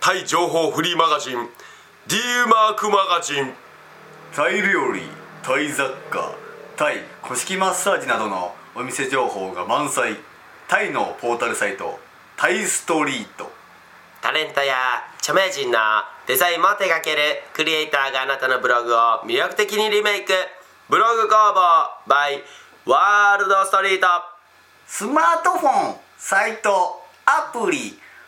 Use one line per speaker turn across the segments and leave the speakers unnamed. タイ情報フリーマガジン D マークマガジン
タイ料理タイ雑貨タイ古式マッサージなどのお店情報が満載タイのポータルサイトタイストリート
タレントや著名人のデザインも手掛けるクリエイターがあなたのブログを魅力的にリメイクブログ工房 by ワールドストリート
スマートフォンサイトアプリ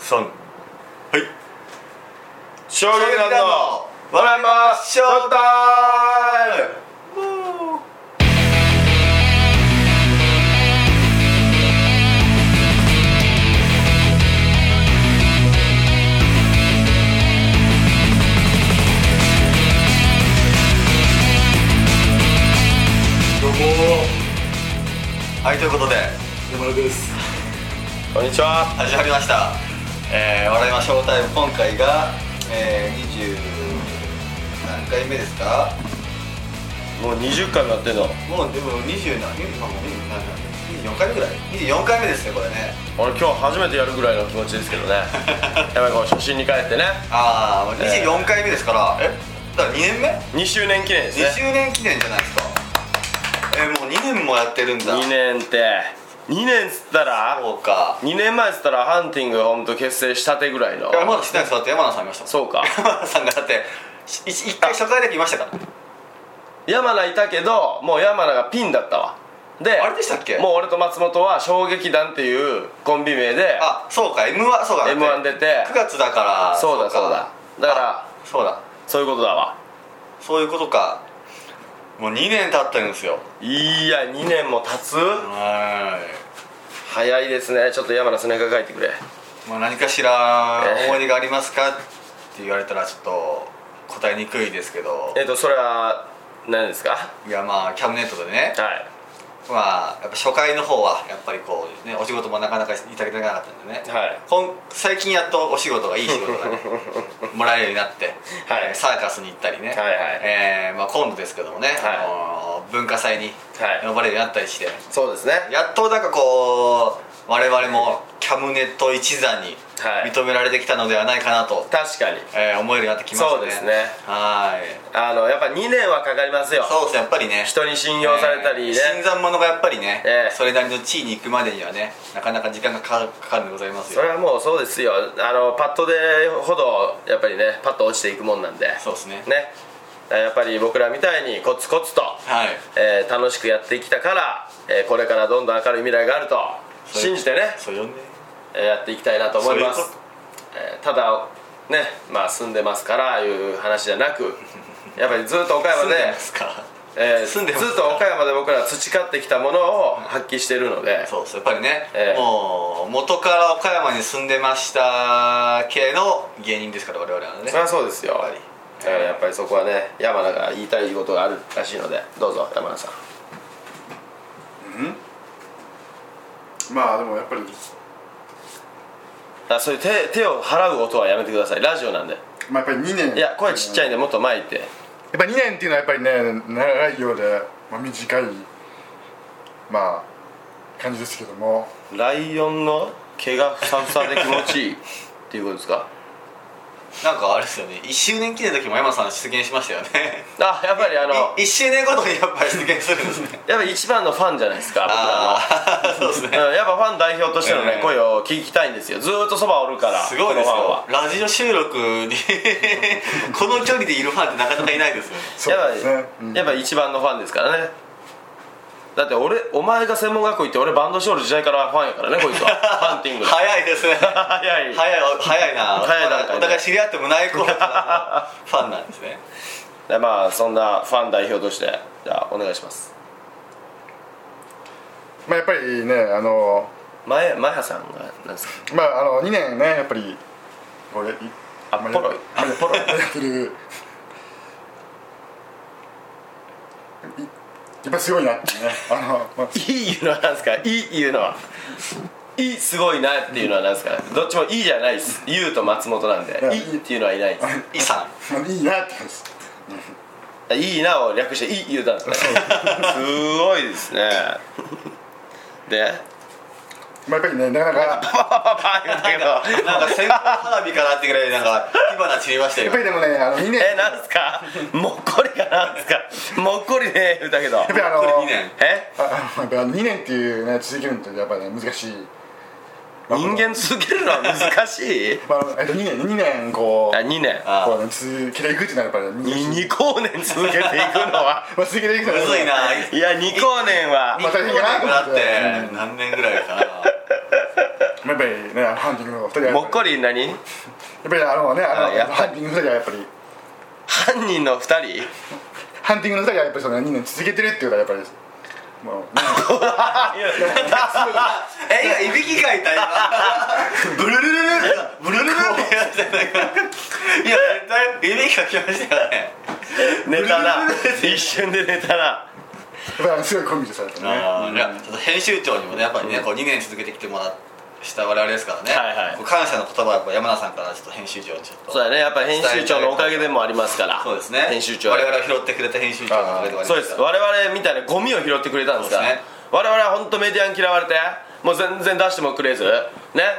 3はい
衝
「笑いましょうタイム」
どうも
はいということで
山田です
こんにちは
始まりました「えー、笑いましょうタイム」今回が、えー、20何回目ですか
もう20回もやってんの
もうでも20何今もう24回目ぐらい24回目ですねこれね
俺今日初めてやるぐらいの気持ちですけどね やばいこれ初心に帰ってね
ああ24回目ですから、えだから2年目
2周年記念です
?2
ね
周年記念じゃないですかえー、もう2年もやってるんだ
2年って2年っつったら
そうか
2年前っつったらハンティング本当結成したてぐらいの
いやまだしてないですだって山名さんいましたもん
そうか
山名さんがだってし一一回初回だけいましたから
山名いたけどもう山名がピンだったわで
あれでしたっけ
もう俺と松本は衝撃団っていうコンビ名で
あそうか m 1そうか
m 1出て
9月だから
そうだ
か
そうだだから
あそうだ
そういうことだわ
そういうことかもう2年経ってるんですよ
いや2年も経つ
はーい
早いですねちょっと山名背中書いてくれ
まあ、何かしら
ええ
思い出がありますかって言われたらちょっと答えにくいですけど
えっとそれは何ですかはい
やまあキャムネットでねまあやっぱ初回の方はやっぱりこうねお仕事もなかなかいただけなかったんでね、
はい
こん最近やっとお仕事がいい仕事がね もらえるようになって、
はい
えーサーカスに行ったりね、
はいはい
えーまあ、今度ですけどもね、
はい
あのー文化祭に
はい
呼ばれるようになったりして、
そうですね
やっとなんかこう我々もキャムネット一座に
はい
認められてきたのではないかなと、
確かに
えー、思えるようになってきましたね
そうですね
はーい
あのやっぱ2年はかかりますよ
そうですねやっぱりね
人に信用されたりね、
えー新参者がやっぱりね、
ええ
それなりの地位に行くまでにはねなかなか時間がかかるかかるんでございます
そ
よ
れはもうそうですよあのパッとでほどやっぱりねパッと落ちていくもんなんで
そうですね
ねだからやっぱり僕らみたいにコツコツと、
はい
えー楽しくやってきたから、えーこれからどんどん明るい未来があると
そういう
信じてね、
そう呼んで
えーやっていきたいなと思います
そういうこ
えーただねまあ住んでますからいう話じゃな くやっぱりずっと岡
住
山
ん
で
でますか
えー
住んでます
ずっと岡山で僕ら培ってきたものを発揮してるので
そうですやっぱりね、
ええ
もう元から岡山に住んでました系の芸人ですから我々はね
そりゃそうですよ
やっぱり
だからやっぱりそこはね山名が言いたいことがあるらしいのでどうぞ山名さん
まあでもやっぱり
あそういう手手を払う音はやめてくださいラジオなんで
まあやっぱり2年
いや声ちっちゃいんでもっと前行って
やっぱ2年っていうのはやっぱりね長いようで、まあ、短いまあ感じですけども
ライオンの毛がふさふさで気持ちいいっていうことですか
なんかあれですよね1周年記念の時も山さん出現しましたよね
あやっぱりあの
1周年ごとにやっぱり出現するんです ね
やっぱ一番のファンじゃないですか僕ら
あ あそうですね
の、うん、やっぱファン代表としてのね、
ええ
声を聞きたいんですよずーっとそばおるから
すごいです
このファ
よ
ンは
ラジオ収録にこの距離でいるファンってなかなかいないですよね
そうですね
やっぱ,、
うん
やっぱ一番のファンですからねだって俺お前が専門学校行って俺バンドしおる時代からファンやからねこいつはハンティングの
早いですね
早
早い
い
早いな
早い段階で
お互い知り合ってもない頃からのファンなんですね
でまあそんなファン代表としてじゃあお願いします
まあやっぱりねあの
前前葉さんが何ですか
まああの2年ねやっぱりこれい
あ
まあ
ポロイ
やっぱりやってるいやっぱすごいなってねあの、まあ
いいいうのはなんですかいいいうのはいいすごいなっていうのはなんですかどっちもいいじゃないですゆうと松本なんで
うん
いいっていうのはいないです
イさん
まあいいなって感じです
いいなを略していい言うたんですねすごいですねで
まあやっぱりねなかなか
パパパパ言うんだけど
なんか線香花火かなってぐらいなんか火花散りました
や
よ
っぱりでもねあの2年
えなんすかもっこりかなんすかもっこりね言うたけど
やっぱりあの
これ2年
え
ああのやっぱ2年っていうね続けるのってやっぱね難しい
人間続けるのは難しい
まあ、えっと2年2年こ
あ
う
2年
あ
こう、ね、続けていくってなるから2
2光年続けていく のは
まあ、続けていくの
むずいない
や2光年は
日
ま
本
あ大変かなと思
だ
っ
ってて何年ぐらいかな
まあ、やっぱりねハンティングの2人はや
もっ
っ
こり何
ぱりあのね
あや
あ
っ
の
ぱ
ハンティングの2人はやっぱり
犯人の2人
ハンティングの2人はやっぱりその2年続けてるっていうのがやっぱりもう、ね、
え今いびきかいた今ブルルルルルブルルルルってやつじゃないかいや絶対いびきかきましたよね
寝たな一瞬で寝たな
やっぱりあのすごいコンビでされたね
あーいやちょっと編集長にもねやっぱりねこう2年続けてきてもらした我々ですからね、
はいはい
こう感謝の言葉はやっぱ山田さんからちょっと編集長にちょっと
そうだねやっぱ編集長のおかげでもありますから
そうですね
編集長
我々を拾ってくれた編集長のおかげでもあり
そ
ま
うです我々みたいなゴミを拾ってくれたんですから
そうですね
我々は本当メディアに嫌われてもう全然出してもくれずね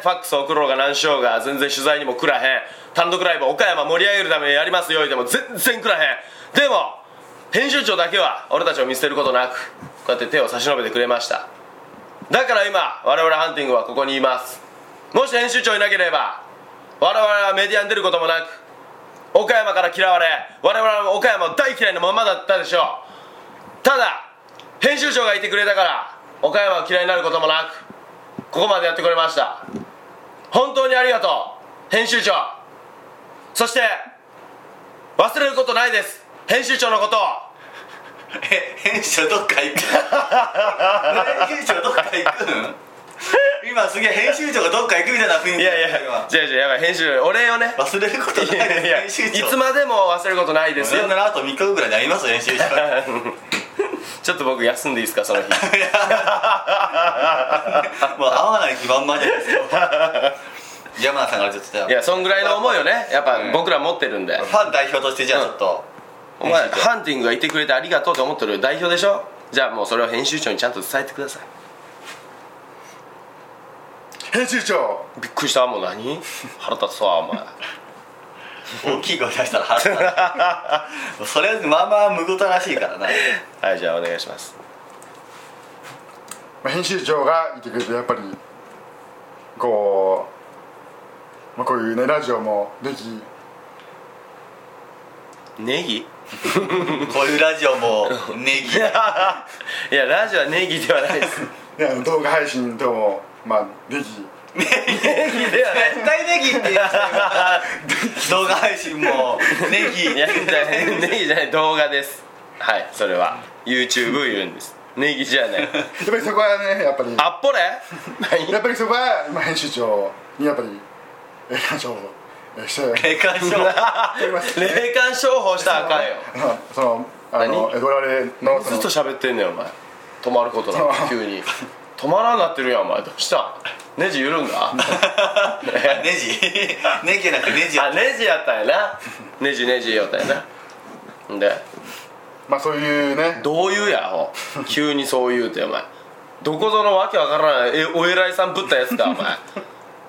ファックス送ろうが何しようが全然取材にも来らへん単独ライブ岡山盛り上げるためにやりますよ言うても全然来らへんでも編集長だけは俺たちを見捨てることなくこうやって手を差し伸べてくれましただから今我々ハンティングはここにいますもし編集長いなければ我々はメディアに出ることもなく岡山から嫌われ我々は岡山を大嫌いなままだったでしょうただ編集長がいてくれたから岡山を嫌いになることもなくここまでやってくれました本当にありがとう編集長そして忘れることないです編集長のことを
え編集長どっか行く 編集長どっか行くん今すげえ編集長がどっか行くみたいな雰囲気
いやいや
今
じゃあじゃあやばい編集長お礼をね
忘れること
い
ない
やいや
で
い
す編集長
つまでも忘れることないですよ
なんならあと3日後ぐらいにありますよ編集長
ちょっと僕休んでいいですかその 日
もう会わない気満々じゃないですか山田さんからちょっとじゃあ
いやそんぐらいの思いをねやっ
うん
ぱ僕ら持ってるんで
ファン代表としてじゃあちょっと、
お前
編集長
ハンティングがいてくれてありがとうと思ってる代表でしょじゃあもうそれを編集長にちゃんと伝えてください
編集長
びっくりしたもう何腹立つわお前
大きい声出したら腹立つそれまあまあ無事らしいからな
はいじゃあお願いします
まあ、編集長がいてくれてやっぱりこう、まあ、こういうねラジオもでき
ネギ
こういうラジオもネギ
いやラジオはネギではないです
ねあの動画配信等もまあでき
ネギではない
絶対ネギって言う人今動画配信もネギ
いやじゃあネギじゃない動画ですはいそれは YouTube 言うんですネギじゃない
やっぱりそこはねやっぱり
あっぽれ
やっぱりそこは、まあ、編集長にやっぱりえーラジオをえーして
霊感症
霊感商法したらあ かんよ
あのそのあの
何
えー我々のそ
ずっ
の
と喋ってんねんお前止まることなく急に止まらんなってるやんお前どうしたんネジ緩ん だ
ネジネギじゃなくてネジや
あネジやったんやなネジネジやったんやなんで
まあそういうね
どういうやほ急にそう言うてお前どこぞのわけわからないえお偉いさんぶったやつかお前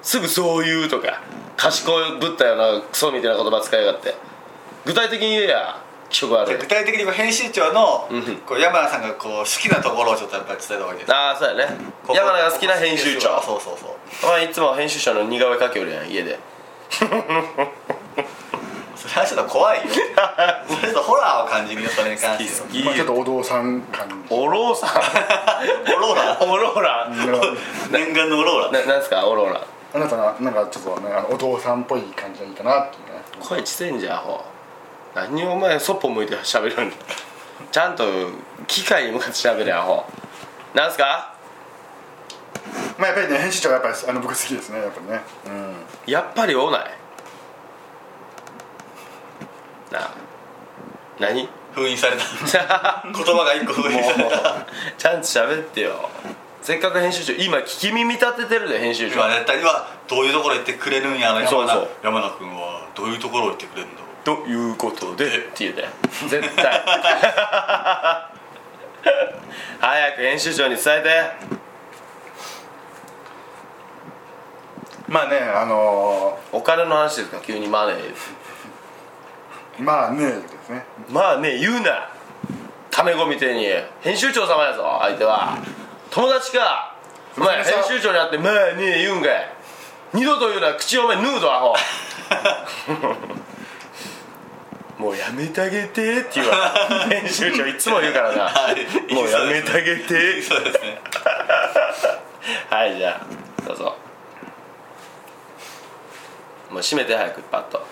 すぐそう言うとか賢ぶったようなクソみたいな言葉使いやがって具体的に言えや気色悪い
具体的にこう編集長の
ん
こう山名さんがこう好きなところをちょっとやっぱり伝えた方がいいです
ああそうやね山名が好きな編集長
そうそうそう
お前いつも編集者の似顔絵描きおるやん家で
それはちょっと怖いよ それちょっとホラーを感じるよそれに関しては
き
まあ、ちょっとお堂さん感
おろうさん
オローラ
おろうら
念願のオローラ
ななんすかおろうら
あなたがなんかちょっとねあのお堂さんっぽい感じがいいかなっていうね
声ちせえんじゃんアホ何をお前そっぽ向いて喋るんだちゃんと機械に向かって喋れアホなんすか
まあやっぱりね編集長はやっぱりあの僕好きですねやっぱりねうん
やっぱりおないなあ何も
封印された
う
言 葉が一個封印された
ちゃんと喋ってよせっかく編集長今聞き耳立ててるで編集長
今絶対今どういうところ行ってくれるんやあの
そ
山名
うそう
山名君はどういうところ行ってくれるんだろう
ということでって言うて絶対 早く編集長に伝えて
まあねあの
お金の話ですか急にマネー
ーまあねですね
まあね言うなタメ語みてえに編集長様やぞ相手は友達かお前
すい
編
ません
集長に会って「まあね言うんかい二度と言うな口お前縫うぞアホもうやめてあげてって言われる編集長いつも言うからな
はい
もうやめてあげて
そうですね
はいじゃあどうぞもう閉めて早くパッと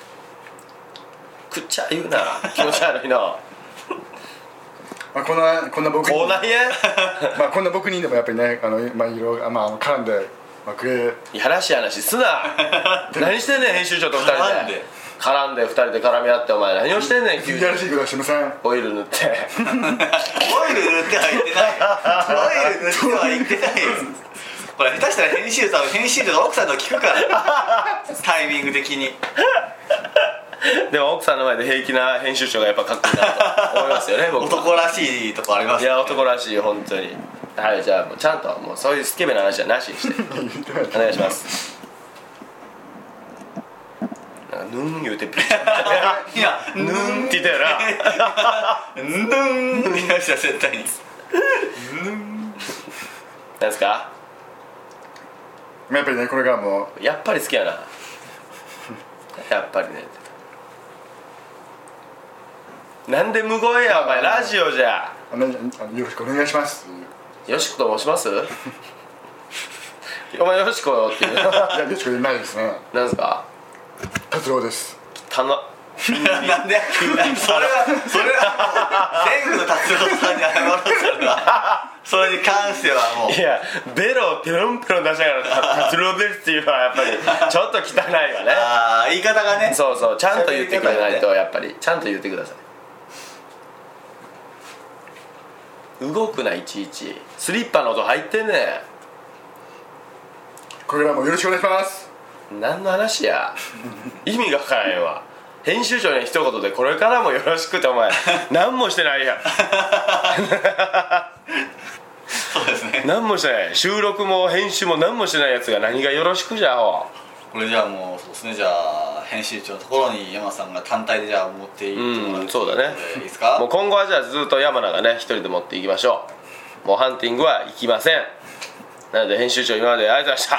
くっちゃ言うな気持ち悪いな
まあこんなこんな僕
こう
に
なんや
まあこんな僕にでもやっぱりねあのまあいろいろまああの絡んでまあくれ
いやらしい話 すな何してんねん編集長と二人
絡ん
で
で
絡んで二人で絡み合ってお前何をしてんねん急
い
に
やらしいことはしてませ ん
オイル塗って
オイル塗っては言ってないオイル塗っては言ってないこれ下手したら編集者編集長の奥さんの聞 くからタイミング的に
でも奥さんの前で平気な編集長がやっぱかっこいいなと思いますよね僕
男らしいとこあります
いや男らしいよ本当にはいじゃあもうちゃんともうそういうスケベな話はなしにしてお願いしますなんかぬん言うてピッ
いや
ぬんって言ったよな
ぬんって言いました絶対に
何ですか
まあやっぱりねこれからも
やっぱり好きやなやっぱりねなんで無声やお前 ラジオじゃ
あのあのよろしくお願いしますっていう
よしこと申しますお前よしこっていう
いやよろしくないですね
なんですか
達郎です
たな
なんでそれはそれは全部の達郎さんに謝ろうそれはそれに関してはもう
いやベロをペロンペロン出しながら「達郎です」っていうのはやっぱりちょっと汚いわね
ああ言い方がね
そうそうちゃんと言ってくれないとやっぱりちゃんと言ってください動くないちいちスリッパの音入ってんねん
これからもよろしくお願いします
何の話や意味がわからへんわ編集長に一言で「これからもよろしく」ってお前何もしてないやん
そうですね
何もしてない収録も編集も何もしてないやつが何がよろしくじゃほ
これじゃあもうそうですねじゃあ編集長のところに山さんが単体でじゃあ持っていってもら
うんそうだね
いいですか
もう今後はじゃあずっと山名がね一人で持っていきましょうもうハンティングは行きませんなので編集長今までありがとうござ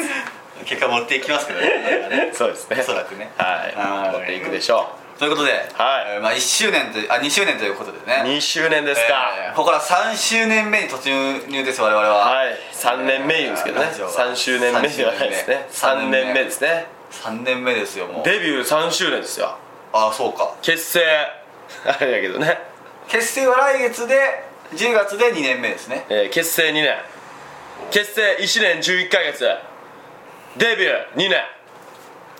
いまし
結果持っていきますけどね
たそうですね
おそらくね
は
はいい
持っていくでしょ
ということで、
はい
えーまあ、1周年というあ2周年ということで
う
ね
2周年ですか、
えーここから3周年目に突入です我々は、
はい3年目言うんですけどね
ラジオは
3周年目じゃないですね3
三年目
年目ですね
3年目ですよもう
デビュー3周年ですよ
ああそうか
結成あれだけどね、
結成は来月で10月で2年目です ね
えー結成2年結成1年11ヶ月デビュー2年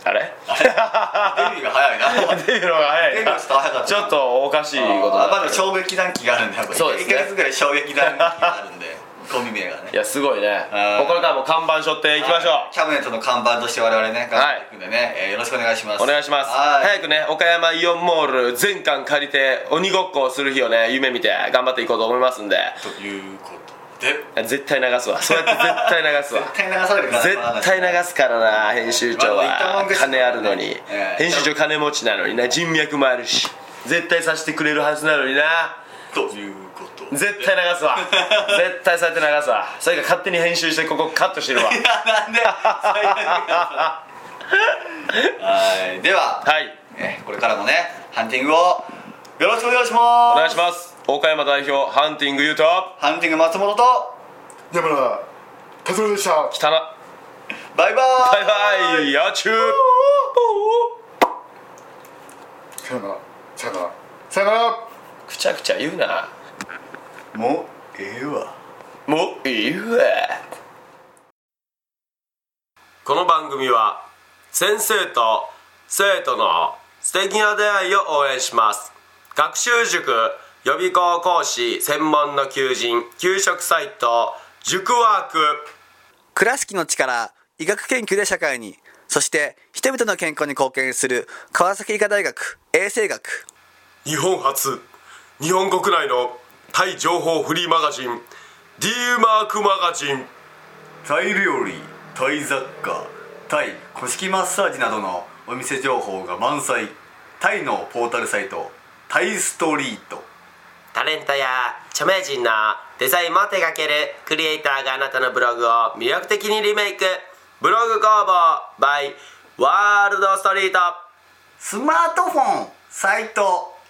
あれ
デビューが早い な
デビューの方が早い
デビューちょっと早かった
ちょっとおかしいこ
あ
と
ーま
だ
だ衝撃弾期があるんでやっぱり
そうですね
1か月ぐらい衝撃弾期があるんでコンビ名 がね
いやすごいね
うん
もうこれからも看板しょっていきましょ
キャブネットの看板として我々ね頑張っていくんでね、えーよろしくお願いします
うお願いします
はい
早くね岡山イオンモール全館借りて鬼ごっこをする日をね夢見て頑張っていこうと思いますんで
ということ
で
あ絶対流すわそうやって絶対流 すわ
絶対流されるから
絶対流
す
すからな編集長
まあ言ったも
は
ん勝ち
金あるのに
ええ
編集長金持ちなのにな人脈もあるし絶対させてくれるはずなのにな
ということ
絶対流す わ絶対そうやって流すわそれか勝手に編集してここカッ トしてるわ
いやなんではいでは、
はい
えこれからもねハンティングをよろしくお願いします
お願いします岡山代表ハンティングユート
ハンティング松本と
山田達郎でした
汚な
バイバ
バ
イ
イバイ野中
さよならさよならさよなら
くちゃくちゃ言うな
もうええわ
もういいわ
この番組は先生と生徒の素敵な出会いを応援します学習塾予備校講師専門の求人給食サイト塾ワーク
倉敷の力医学研究で社会にそして人々の健康に貢献する川崎医科大学衛生学
日本初日本国内のタイ情報フリーマガジン D マークマガジン
タイ料理タイ雑貨タイ古式マッサージなどのお店情報が満載タイのポータルサイトタイストリート
タレントや著名人のデザインも手掛けるクリエイターがあなたのブログを魅力的にリメイクブログ工房 by ワールドストリート
スマートフォンサイト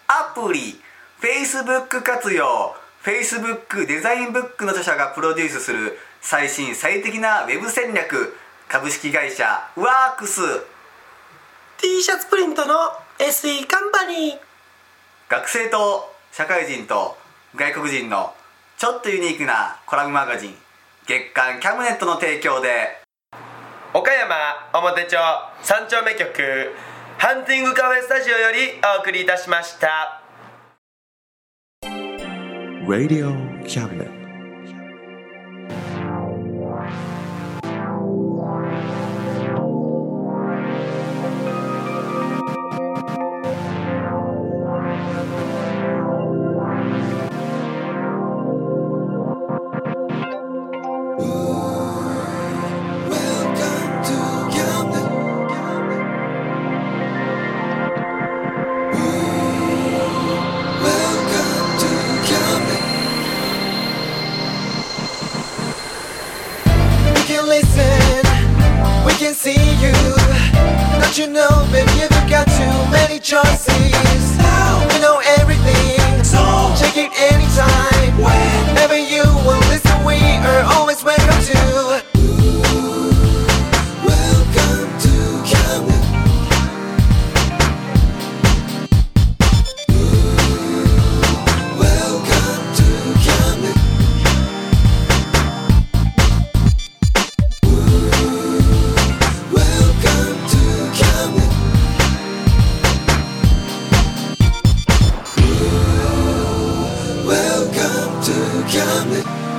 アプリ Facebook 活用 Facebook デザインブックの著者がプロデュースする最新最適なウェブ戦略株式会社ワークス
T シャツプリントの SE カンパニー
学生と社会人と外国人のちょっとユニークなコラムマガジン月刊キャムネットの提供で
岡山表町三丁目局ハンティングカフェスタジオよりお送りいたしました。
Radio Cabinet.
We can listen, we can see you. Don't you know, baby, you've got too many choices. We know everything, so check it anytime. Whenever you will listen, we are always welcome to. Welcome to Camden. Welcome to Camden. Welcome to Camden. Welcome to Camden.